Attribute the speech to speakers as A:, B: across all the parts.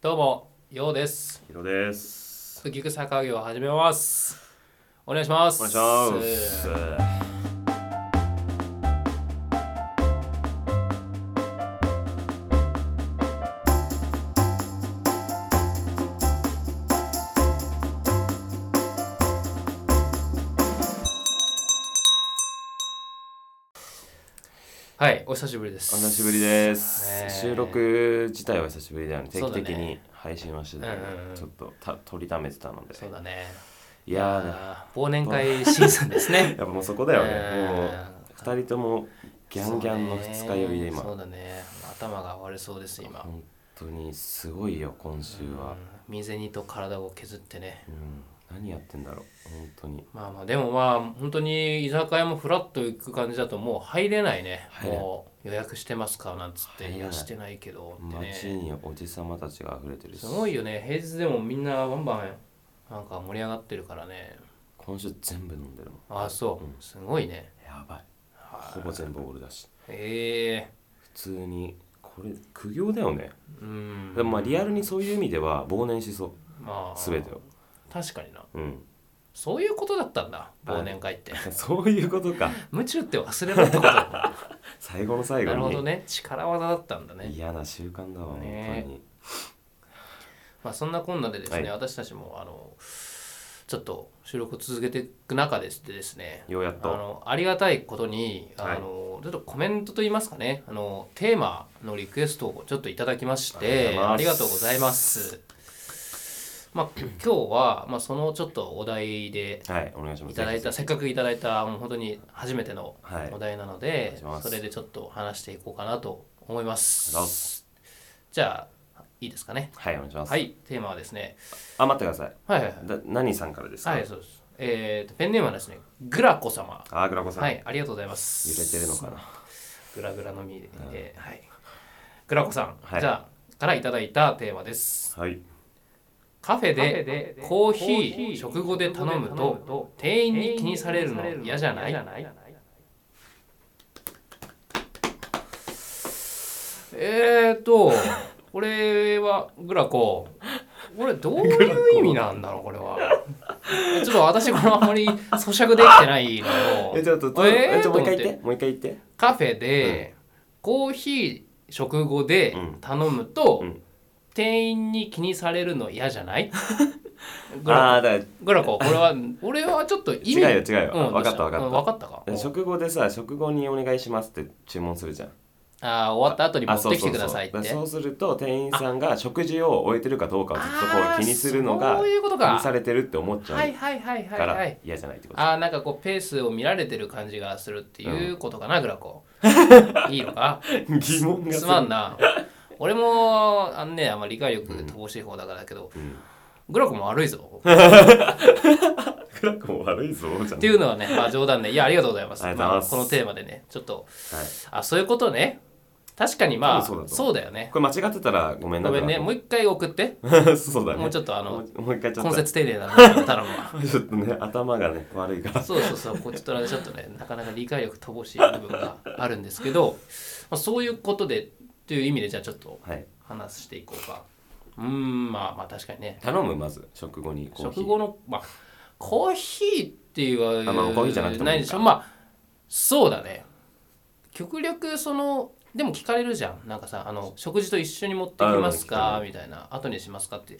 A: どうも、ようです。
B: ヒロです。
A: ギグサ会議を始めます。お願いします。
B: お願いします。
A: はい、お久しぶりです。
B: お久しぶりです、
A: ねえ
B: 収録自体は久しぶりだよね。定
A: そう
B: 期
A: だね
B: 的に配信はしてたけど
A: うんうんうん
B: ちょっとた取りためてたので。
A: そうだね。
B: いやーね
A: あー忘年会シーズンですね。
B: やっぱもうそこだよね。
A: うん
B: もう二人ともギャンギャンの二日酔いで今。
A: そうだね。そうだね頭が割れそうです、今。
B: 本当にすごいよ今週は。
A: 身銭と体を削ってね。
B: うん。何やってんだろう本当に。
A: まあまあ、でもまあ、本当に居酒屋もフラッと行く感じだともう入れないね。
B: 入れない
A: もう予約してますかなんつって、い
B: 入れない
A: やしてないけどってね。
B: 街におじさまたちが溢れてるし
A: す。ごいよね平日でもみんなバンバンなんか盛り上がってるからね
B: 今週全部飲んでるもん。
A: ああそう、すごいね
B: やばい。ほぼ全部俺だし。
A: へえ
B: 普通にこれ苦行だよね
A: うん
B: でもまあリアルにそういう意味では忘年しそう
A: まあ
B: 全てを
A: 確かにな
B: うん
A: そういうことだったんだ忘年会って
B: そういうことか
A: 夢中って忘れろってことだ
B: 最後の 最後
A: なるほど
B: に、
A: ね力技だったんだね
B: 嫌な習慣だわ本当に、
A: ねまあそんなこんなでですね、
B: はい
A: 私たちもあのちょっと収録を続けていく中ですでですね
B: ようやっ
A: あ
B: と
A: のありがたいことにあ
B: はい
A: の、ちょっとコメントといいますかねあのテーマのリクエストをちょっといただきまし
B: ありがとうござい
A: て
B: ます
A: ありがとうございます。まあ、今日は、まあ、そのちょっとお題で
B: はいお願いします
A: いただいた
B: ぜ
A: せっかくいただいたもう本当に初めての
B: ひはい
A: お題なの
B: 願い
A: で、
B: します
A: それでちょっと話していこうかなと思いま。
B: ありがとうございます
A: じゃあいいですかね。
B: はいお願いします、
A: はいテーマはですね
B: あ待ってください
A: はいはいはい
B: だ何さんからですか、
A: はい、そうです。えーとペンネームはですねグラコ様。
B: あーグラコさん、
A: はい、ありがとうございます。
B: 揺れてるのかな
A: グラグラの実で、えーはい。グラコさん、
B: はい
A: じゃあからいただいたテーマです。
B: はい
A: カフェ
C: カフェ
A: で
C: で
A: コーヒ
C: コーヒ
A: ー
C: ー
A: 食後で頼む
C: 食後で頼む
A: と店員に気にされるの嫌じゃないえーと、これはグラコ、これどういう意味なんだろうこれは。えちょっと私これあんまり咀嚼できてないのを。
B: えちょっとどう
A: えー
B: えちょもう一回
A: と思
B: 言ってもう一回言って
A: カフェで、コーヒー食後で
B: うん
A: 頼むと、
B: うん
A: 店員に気にされるの嫌じゃ ないグラ
B: ああーだか
A: グラコこれは俺はちょっと意味
B: ら違うよ違うよ、
A: うん、
B: 分かった
A: ど
B: 分
A: うしうん
B: か
A: 分
B: っ
A: かったか
B: た、食後でさ食後にお願いしますって注文するじゃん
A: あー終わった後に持
B: あ
A: っ
B: そう
A: てき
B: そ
A: て
B: う
A: く
B: そう
A: ださいって
B: だからそうすると店員さんが食事を終えてるかどうかをずっとこ
A: あー
B: う気にするのが
A: そういうこと
B: 気に
A: か
B: されてるって思っちゃう
A: はいはいはいは
B: か
A: いは
B: ら
A: い
B: 嫌じゃないってこと
A: あーなんかこうペースを見られてる感じがするっていうことかな、グラコいいの か
B: 疑問が
A: すまんな俺もあのねあんま理解力乏しい方だからだけど、
B: うん
A: グラコも悪いぞ
B: クラックも悪いぞじゃ
A: っていうのはね、まあ冗談で、いや、ありがとうございます。
B: ありがとうございます
A: あこのテーマでね、ちょっと、
B: はい、
A: あ、そういうことね。確かにまあ、
B: 多分そうだと思う
A: そうだよね。
B: これ間違ってたらごめんな
A: ごめんね、
B: グ
A: もう一回送って、
B: ラコ そうだね
A: もうちょっとあの
B: もうもう一回ちょっと
A: 根節丁寧なの頼むわ。
B: ちょっとね頭がね悪いから
A: そうそうそう、こっちとらでちょっとね、なかなか理解力乏しい部分があるんですけど、まあ、そういうことで、という意味で、じゃあちょっと
B: はい
A: 話していこうか。うーん、まあまあ確かにね、
B: 頼むまず食後にコーヒー
A: 食後の、まあ、コーヒーっていうは、
B: あまあコーヒーじゃなくてもいいか
A: いでしょ。まあ、そうだね。極力、その、でも聞かれるじゃん。なんかさ、あの、食事と一緒に持ってきます
B: あ
A: か
B: う
A: みたいな、後にしますかって。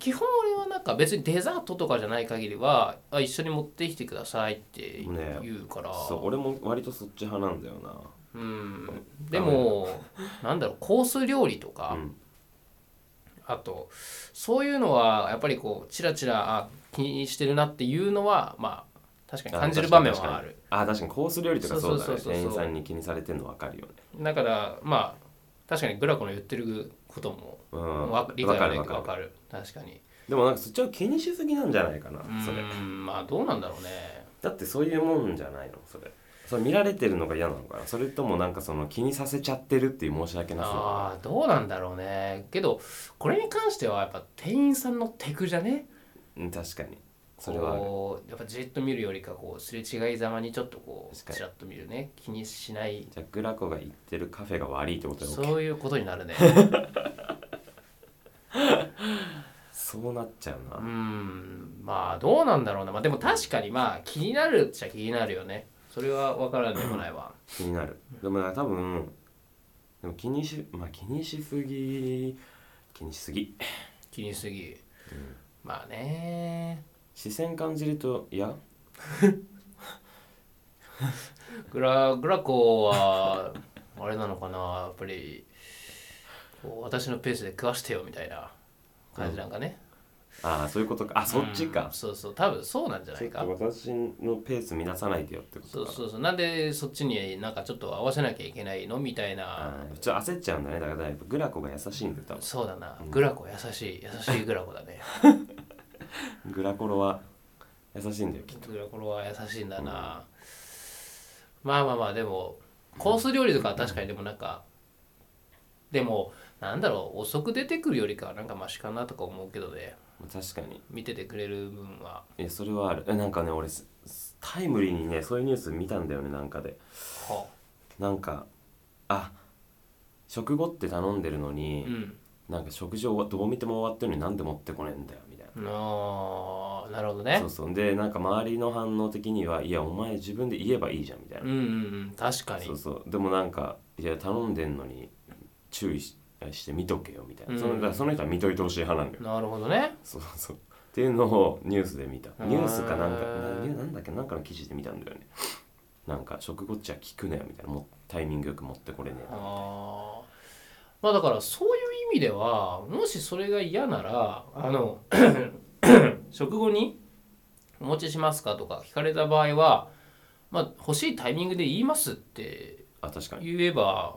A: 基本俺はなんか別にデザートとかじゃない限りは、あ一緒に持ってきてくださいって
B: ね
A: 言うから。
B: そう俺も割とそっち派なんだよな
A: うん。でも、なんだろう、コース料理とか、
B: うん
A: あとそういうのはやっぱりこうチラチラあ気にしてるなっていうのはまあ確かに感じる場面はある
B: あ確かにコース料理とかそうだ
A: そう
B: ね
A: そうそうそう
B: 店員さんに気にされてるの分かるよね
A: だからまあ確かにグラコの言ってることも、
B: うん
A: わ理解はでき
B: わ
A: る
B: かる
A: わ
B: わか
A: かる確かに
B: でもなんかそっちを気にしすぎなんじゃないかなそれ
A: うんまあどうなんだろうね
B: だってそういうもんじゃないのそれそれ見られてるのが嫌なのかなそれともなんかその気にさせちゃってるっていう申し訳なさ
A: ああどうなんだろうねけどこれに関してはやっぱ店員さんのテクじゃね
B: うん確かにそれはある
A: こうやっぱじっと見るよりかこうすれ違いざまにちょっとこ
B: 確か
A: う
B: に
A: チラッと見るね気にしない
B: じゃあグラコが行ってるカフェが悪いってことだよ
A: そういうことになるね
B: そうなっちゃうな、
A: うんまあどうなんだろうな、まあ、でも確かにまあ気になるっちゃ気になるよねそれは分からんでもないわ
B: 気になるでも多分でも気にしまあ気にしすぎ気にしすぎ
A: 気にしすぎ、まあね
B: 視線感じるといや
A: グラグラコはあれなのかなやっぱりこう私のペースで食わしてよみたいな感じなんかね、
B: ああそういうことかあそっち
A: う
B: か
A: ん、そうそう多分そうなんじゃな
B: ちょ
A: い
B: っ
A: か
B: と私のペース乱さないでよってこ
A: そ
B: と
A: う
B: か
A: そうそうなんでそっちになんかちょっと合わせなきゃいけないのみたいな、
B: あーちょっと焦っちゃうんだねだからやっぱグラコが優しいんだよ多
A: そうだなグラコ優しい優しいグラコだ ね
B: 分グラコロは優しいんだよきっ
A: グラコは優しいんだな、まあまあまあでもコース料理とかは確かにでもなんかでもなんだろう遅く出てくるよりかはなんかマシかなとか思うけどね
B: と確かに
A: 見ててくれる分はい
B: やそれはあるえなんかね俺すすタイムリーにねそういうニュース見たんだよねなんかで
A: は
B: なんかあ食後って頼んでるの
A: う
B: に、
A: ん
B: なんか食事をどう見ても終わってるのになんで持ってこねえんだよみたいな
A: あーなるほどね
B: そうそうでなんか周りの反応的にはいやお前自分で言えばいいじゃんみたい
A: う
B: な
A: んうんうん確かに
B: そうそうでもなんかいや頼んでんのに注意しして見とけよみたいな、
A: うん
B: そのだからその人は見といてほしい派なんだよ
A: なるほどね
B: そうそうっていうのをニュースで見た
A: ー
B: ニュースかなんかなニュなんだっけなんかの記事で見たんだよねなんか食後っちゃ聞くなよみたいなもタイミングよく持ってこれねえな
A: あーまあだからそういう意味ではもしそれが嫌ならあの 食後に「お持ちしますか?」とか聞かれた場合は、まあ、欲しいタイミングで言いますって
B: あ確かに
A: 言えば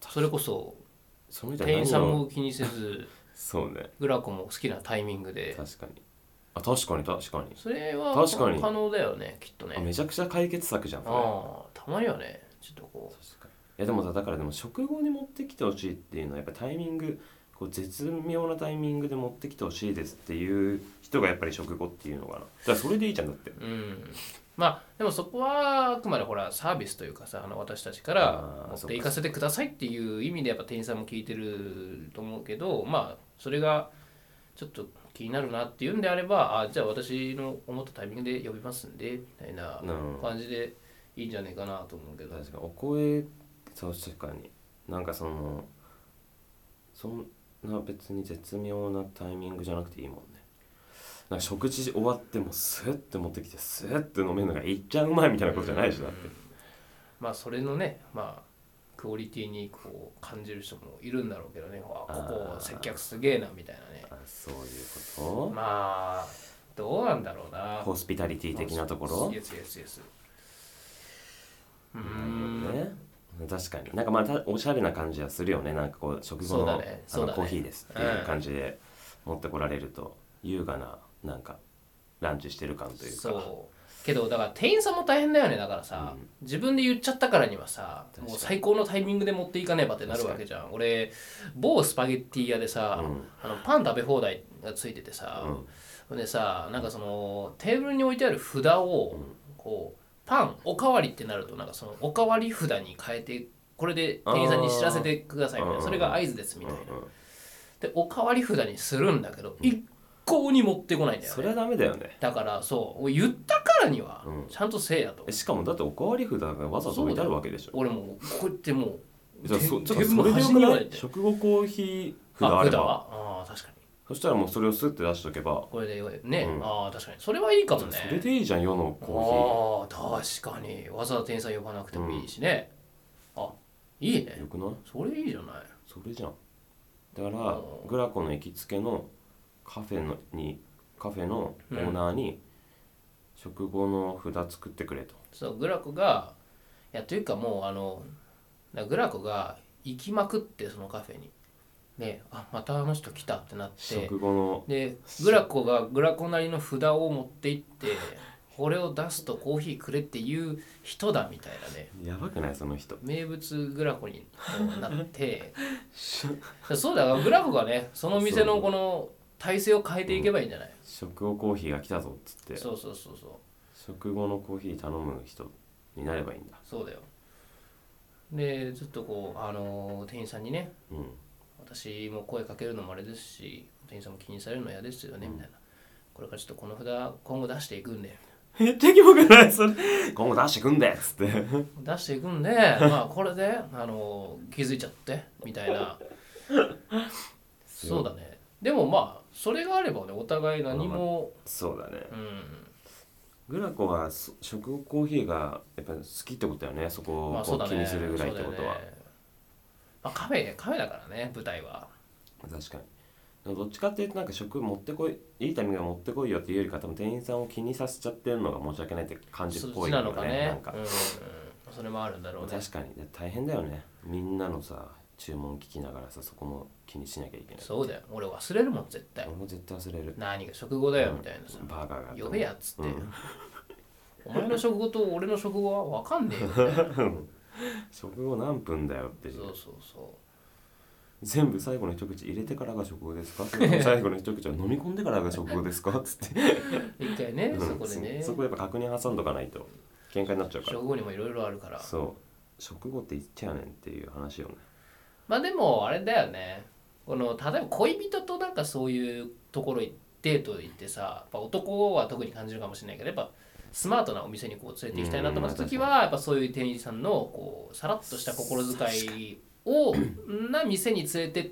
A: それこそ
B: その人は
A: 店員
B: 何
A: さん
B: を
A: も気にせず
B: そうね
A: グラコも好きなタイミングで
B: 確かにあ確かに確かに
A: それは
B: 確かに
A: 可能だよねきっとね
B: あめちゃくちゃ解決策じゃんそれ
A: ああたまにはねちょっとこ
B: 確かにいやでもさだからでも食後に持ってきてほしいっていうのはやっぱタイミングこう絶妙なタイミングで持ってきてほしいですっていう人がやっぱり食後っていうのかなだからそれでいいじゃんだって
A: ううんまあでもそこはあくまでほらサービスというかさあの私たちか
B: あ
A: ら
B: ー
A: 持っ
B: そっか
A: て行かせてくださいっていう意味でやっぱ店員さんも聞いてると思うけどまあそれがちょっと気になるなっていうんであればあじゃあ私の思ったタイミングで呼びますんでみたいな
B: うん
A: 感じでいいんじゃないかなと思うけど、
B: 確かにお声そう確かになんかそのそんな別に絶妙なタイミングじゃなくていいもんねなんか食事終わってもスッて持ってきてスッて飲めるのがいっちゃうまいみたいなことじゃないでしょだって
A: まあそれのねまあクオリティにこう感じる人もいるんだろうけどねわあここ接客すげえなみたいなね
B: あそういうこ
A: まあどうなんだろうな
B: とホスピタリティ的なところ
A: イエスイエスイエスうーん
B: ね確かになんかまあたおしゃれな感じはするよねなんかこう食後
A: そう
B: の,、
A: だね
B: あ
A: そう
B: の
A: だね
B: コーヒーですっていう感じで持ってこられると、優雅ななんかランチしてる感というか
A: そうけどだから店員さんも大変だよねだからさ、自分で言っちゃったからにはさ
B: 確かに
A: もう最高のタイミングで持っていかねばってなるわけじゃん俺某スパゲッティ屋でさ、
B: うん
A: あのパン食べ放題がついててさ、でさなんかそのテーブルに置いてある札をこうパンおかわりってなるとなんかそのおかわり札に変えてこれで店員さんに知らせてくださいみたい
B: あ
A: な
B: ー
A: それが合図ですみたいな
B: うんうん
A: でおかわり札にするんだけど一向に持ってこないんだよ
B: そ
A: ね
B: れはダメだよね
A: だからそう俺言ったからには
B: うん
A: ちゃんとせえやと、
B: えしかもだっておかわり札がわざわざ置いてあるわけでしょ
A: 俺もうこうやってもう
B: じゃあそ
A: テ
B: ちょ
A: ー
B: っと
A: ブ
B: そ
A: ルの
B: れでよ
A: 端
B: く
A: に
B: な
A: 置い
B: い
A: て
B: 食後コーヒー札
A: あ
B: あれ
A: 札
B: ば
A: はああ確かに
B: そしたらもうそれをスッて出しとけば、
A: これでね、
B: うん
A: ああ確かにそれはいいかもね
B: それでいいじゃん世のコ
A: ああ確かにわざわざ店員さん呼ばなくてもいいしね、あいい
B: ーヒー
A: ね
B: よくない
A: それいいじゃない
B: それじゃんだからグラコの行きつけのカフェのにカフェのオーナーに食後の札作ってくれと、
A: そうグラコがいやというかもうあのだグラコが行きまくってそのカフェにであまたあの人来たってなって
B: 食後の
A: でグラコがグラコなりの札を持って行ってこれを出すとコーヒーくれっていう人だみたいなね
B: やばくないその人
A: 名物グラコになって そうだからグラコがねその店のこの体勢を変えていけばいいんじゃない
B: 食後コーヒーが来たぞっつって
A: そうそうそうそう
B: 食後のコーヒー頼む人になればいいんだ
A: そうだよでずっとこうあのー店員さんにね
B: うん
A: 私も声かけるのもあれですし店員さんも気にされるの嫌ですよね、みたいなこれからちょっとこの札今後出していくんで
B: めっちゃキモくないそれ今後出してくんでっつって
A: 出していく んでまあこれであの気づいちゃってみたいなそうだねでもまあそれがあればねお互い何も、
B: そうだね
A: うん、
B: グラコはそ食後コーヒーがやっぱ好きってことだよねそこ
A: ま
B: を
A: あそうだ
B: こう気
A: ね
B: にするぐらいっ
A: そ
B: て
A: う
B: こ
A: だ
B: と
A: よ
B: は、
A: ねまあ、カフェカフェだからね舞台は
B: 確かにどっちかっていうとなんか食持ってこいいいタイミングで持ってこいよっていうよりか多分店員さんを気にさせちゃってるのが申し訳ないって感じっ
A: そっ
B: ぽい
A: ち
B: よ
A: なのかね
B: なんか
A: うんうん、それもあるんだろうね
B: 確かにで大変だよねみんなのさ注文聞きながらさそこも気にしなきゃいけない
A: そうだよ俺忘れるもん絶対
B: 俺も絶対忘れる
A: 何が食後だよみたいなさ
B: バーガーがあった
A: 呼べやっつって、
B: うん
A: お前の食後と俺の食後は分かんねえよみたいな
B: 食後何分だよっていう
A: そうそうそ
B: 全部最後の一口入れてからが食 後ですかそれとも最後の一口は飲み込んでからが食後ですかつって
A: う一回ね
B: うん
A: そこでね
B: そそこやっぱ確認挟んどかないと喧嘩になっちゃうから
A: 食後にもいろいろあるから
B: そう食後って言っちゃうねんっていう話よね
A: まあでもあれだよねこの例えば恋人となんかそういうところにデート行ってさやっぱ男は特に感じるかもしれないけどやっぱスマートなお店にこう連れて行きたいなと思った時はやっぱそういう店員さんのこうさらっとした心遣いをな店に連れてっ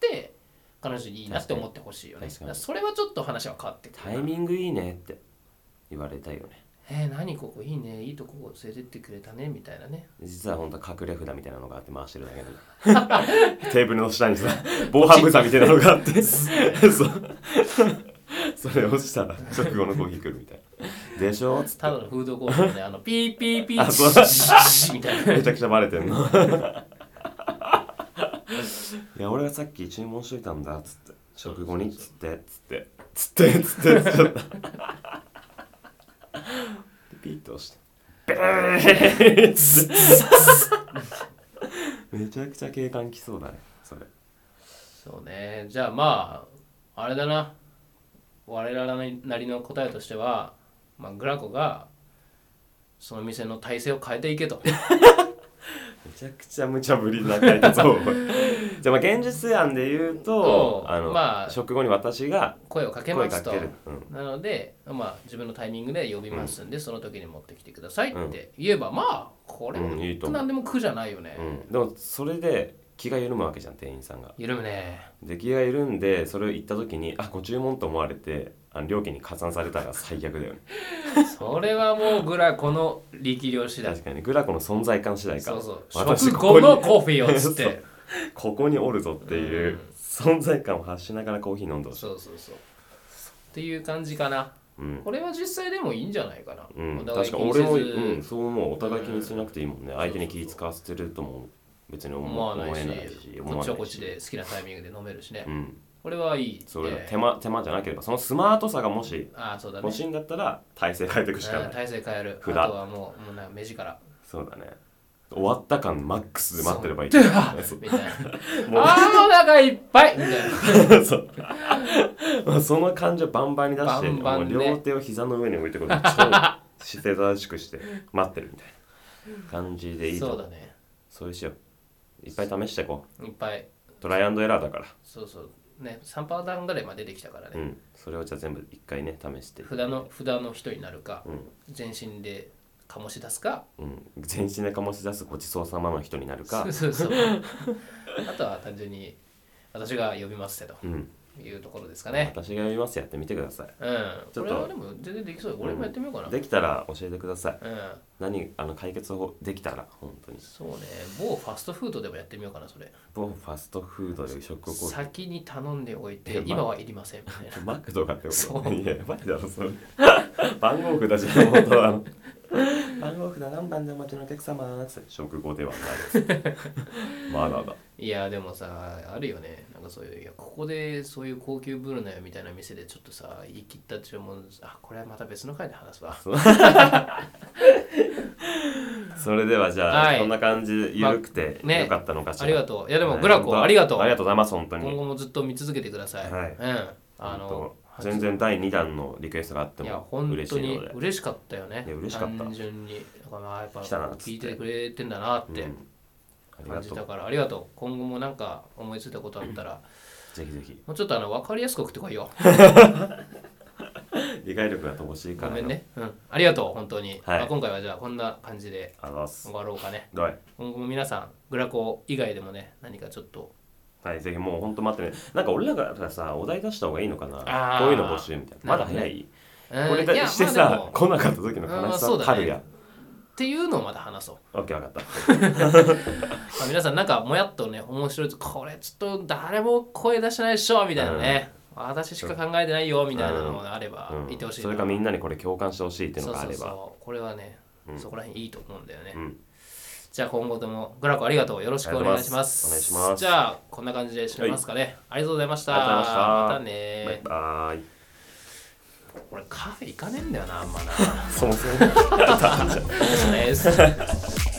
A: て彼女にいいなって思ってほしいよね
B: 確かに
A: だからそれはちょっと話は変わってく
B: タイ
A: るな
B: ミングいいねって言われたいよね
A: えー何ここいいねいいとこ連れてってくれたねみたいなね
B: 実は本当は隠れ札みたいなのがあって回してるだけ でテーブルの下にさ防犯ブザみたいなのがあってそうそれをしたら食後のコーヒー来るみたいなでしょつって
A: ただのフードコーストねあのピーピーピー
B: あそう
A: チッチッチッみたいな
B: めちゃくちゃバレてん のいや俺がさっき注文しといたんだっつって食後にっつってつってつってつってつってでピーッと押してベレーッつってめちゃくちゃ警官来そうだねそれ
A: そうねじゃあまああれだな我らなりの答えとしては、まあ、グラコがその店の体制を変えていけと
B: めちゃくちゃ無茶ぶりな回答 じゃあまあ現実案で言うと
A: そう
B: あの、
A: まあ
B: 食後に私が
A: 声をかけ
B: 声
A: ま
B: か
A: すと
B: ける、うん、
A: なので、まあ、自分のタイミングで呼びますんで、その時に持ってきてくださいって言えば、まあこれ、
B: うんいいと思う
A: 何でも苦じゃないよね、
B: うん、でもそれで気が緩むわけじゃん店員さんが
A: 緩むね
B: で気が緩んでそれを言った時にあご注文と思われてあの料金に加算されたら最悪だよね
A: それはもうグラコの力量次第
B: 確かにグラコの存在感次第か
A: そうそう
B: 私
A: 食後の
B: こ
A: コーヒーをっつっ
B: そ
A: て
B: うここにおるぞっていう存在感を発しながらコーヒー飲んでほしい
A: そうそうそうっていう感じかな
B: うん、
A: これは実際でもいいんじゃないかな、
B: うん、
A: お互い
B: 確
A: 気
B: か
A: に
B: 俺
A: せ
B: も、う
A: ず、
B: ん、そう思うお互い気にしなくていいもんね
A: ん
B: 相手に気使わせてるとも別に思
A: 思わ
B: 思
A: ない
B: え
A: し
B: ないし思
A: こっ
B: わ
A: ち
B: な
A: はこ
B: い
A: っち
B: し
A: で好きなタイミングで飲めるしね、
B: うん
A: これはいい、ね、
B: それが手間手間じゃなければそのスマートさがもし
A: ああそうだね
B: 欲しいんだったら体勢変えていくしかな
A: う
B: い
A: ん体勢変えるあ
B: 札
A: とはもうもうなんか目力
B: そうだね終わった感マックスで待ってればいい
A: そうだ
B: そう
A: みたいな
B: もう
A: あーお腹いっぱいみたいな
B: そうもうその感情バンバンに出して
A: バンバンね
B: もう両手を膝の上に置いてこう超 姿勢正しくして待ってるみたいな感じでいいと
A: そ
B: 思
A: う
B: う
A: だね
B: そういうしよういっぱい試していこう
A: いっぱい
B: トライアンドエラーだから
A: そうそうね3パターンぐらいまで出てきたから
B: う
A: ね、
B: んそれをじゃあ全部一回ね試して
A: 札の札の人になるか、
B: うん
A: 全身で醸し出すか
B: うん、全身で醸し出すごちそうさまの人になる か
A: そう、そうそうあとは単純に私が呼びますって
B: うん、
A: というところですかね
B: 私が呼びますやってみてください
A: うん
B: ちょ
A: こ
B: っと
A: れはでも全然できそうよ俺もやってみようかな、うん
B: できたら教えてください何あの解決法できたら本当に
A: そうね某ファストフードでもやってみようかなそれ
B: 某ファストフードで食後コーヒ
A: 先に頼んでおい
B: いや
A: て
B: まあ
A: 今はいりません みたいな
B: ーマクドがってこ
A: そ
B: と
A: う
B: いややばいだろそれ 番号札じゃん本当 は番号札何番でお待ちのお客様つって食後ではないです まだだ
A: いやでもさあるよねなんかそういういやここでそういう高級ブルネみたいな店でちょっとさ言い切った注文あこれはまた別の回で話すわ
B: それではじゃあ、
A: はい
B: こんな感じゆるくて
A: まね
B: よかったのかしら、
A: ありがとういやでも
B: はい
A: グラコ
B: 本当
A: ありがとう
B: ありがとうございます本当
A: 今後
B: に
A: もずっと見続けてください、
B: はい
A: うんあ
B: 本
A: の
B: 当全然第2弾のリクエストがあって
A: いや
B: も
A: 本
B: 嬉
A: 当
B: しい
A: に
B: ので
A: 嬉しかったよね
B: いや嬉しかった
A: 単純にだからやっぱ
B: 来たなっつって
A: 聞いてくれてんだなって、
B: うんあありが
A: 感じ
B: とう
A: たからありがとう今後もなんか思いついたことあったら
B: ぜひぜひ
A: もうちょっとあの分かりやすく送ってこいよ
B: 理解力が乏しいか
A: ごめ
B: ら
A: んね、うん、ありがとう本当に、
B: はい
A: まあ、今回はじゃあこんな感じで
B: あざっす
A: 終わろうかね
B: はい
A: 今後も皆さんグラコ以外でもね何かちょっと
B: はい、ぜひもう本当待ってね。なんか俺らがさ、お題出した方がいいのかな
A: あー
B: こういうの募集みたいな。まだ早、
A: ないこ
B: これだしてさ、来なかった時の
A: うんま
B: 悲
A: あ
B: しさ
A: そうだね
B: たるや。
A: っていうのをまだ話そう、
B: オッケー、わかっ
A: まあ、皆さんなんかもやっとね面白いこれちょっと誰も声出してないでしょみたいなね、私しか考えてないよみたいなのがあれば
B: た。うん
A: 言ってほしいな
B: それかみんなにこれ共感してほしいっていうのがあれば。
A: そうそうそうこれはね、
B: うん
A: そこら辺いいと思うんだよね、
B: うん
A: じゃあ今後ともグラコありがとうよろしくお願いします
B: ありがとうございますお願いします
A: じゃあこんな感じで締めますかね、ありがとうございました
B: ありがとうございました
A: またね
B: バイバーイ。
A: 俺カフェ行かねえんだよなあんまな
B: そもそも。
A: そうです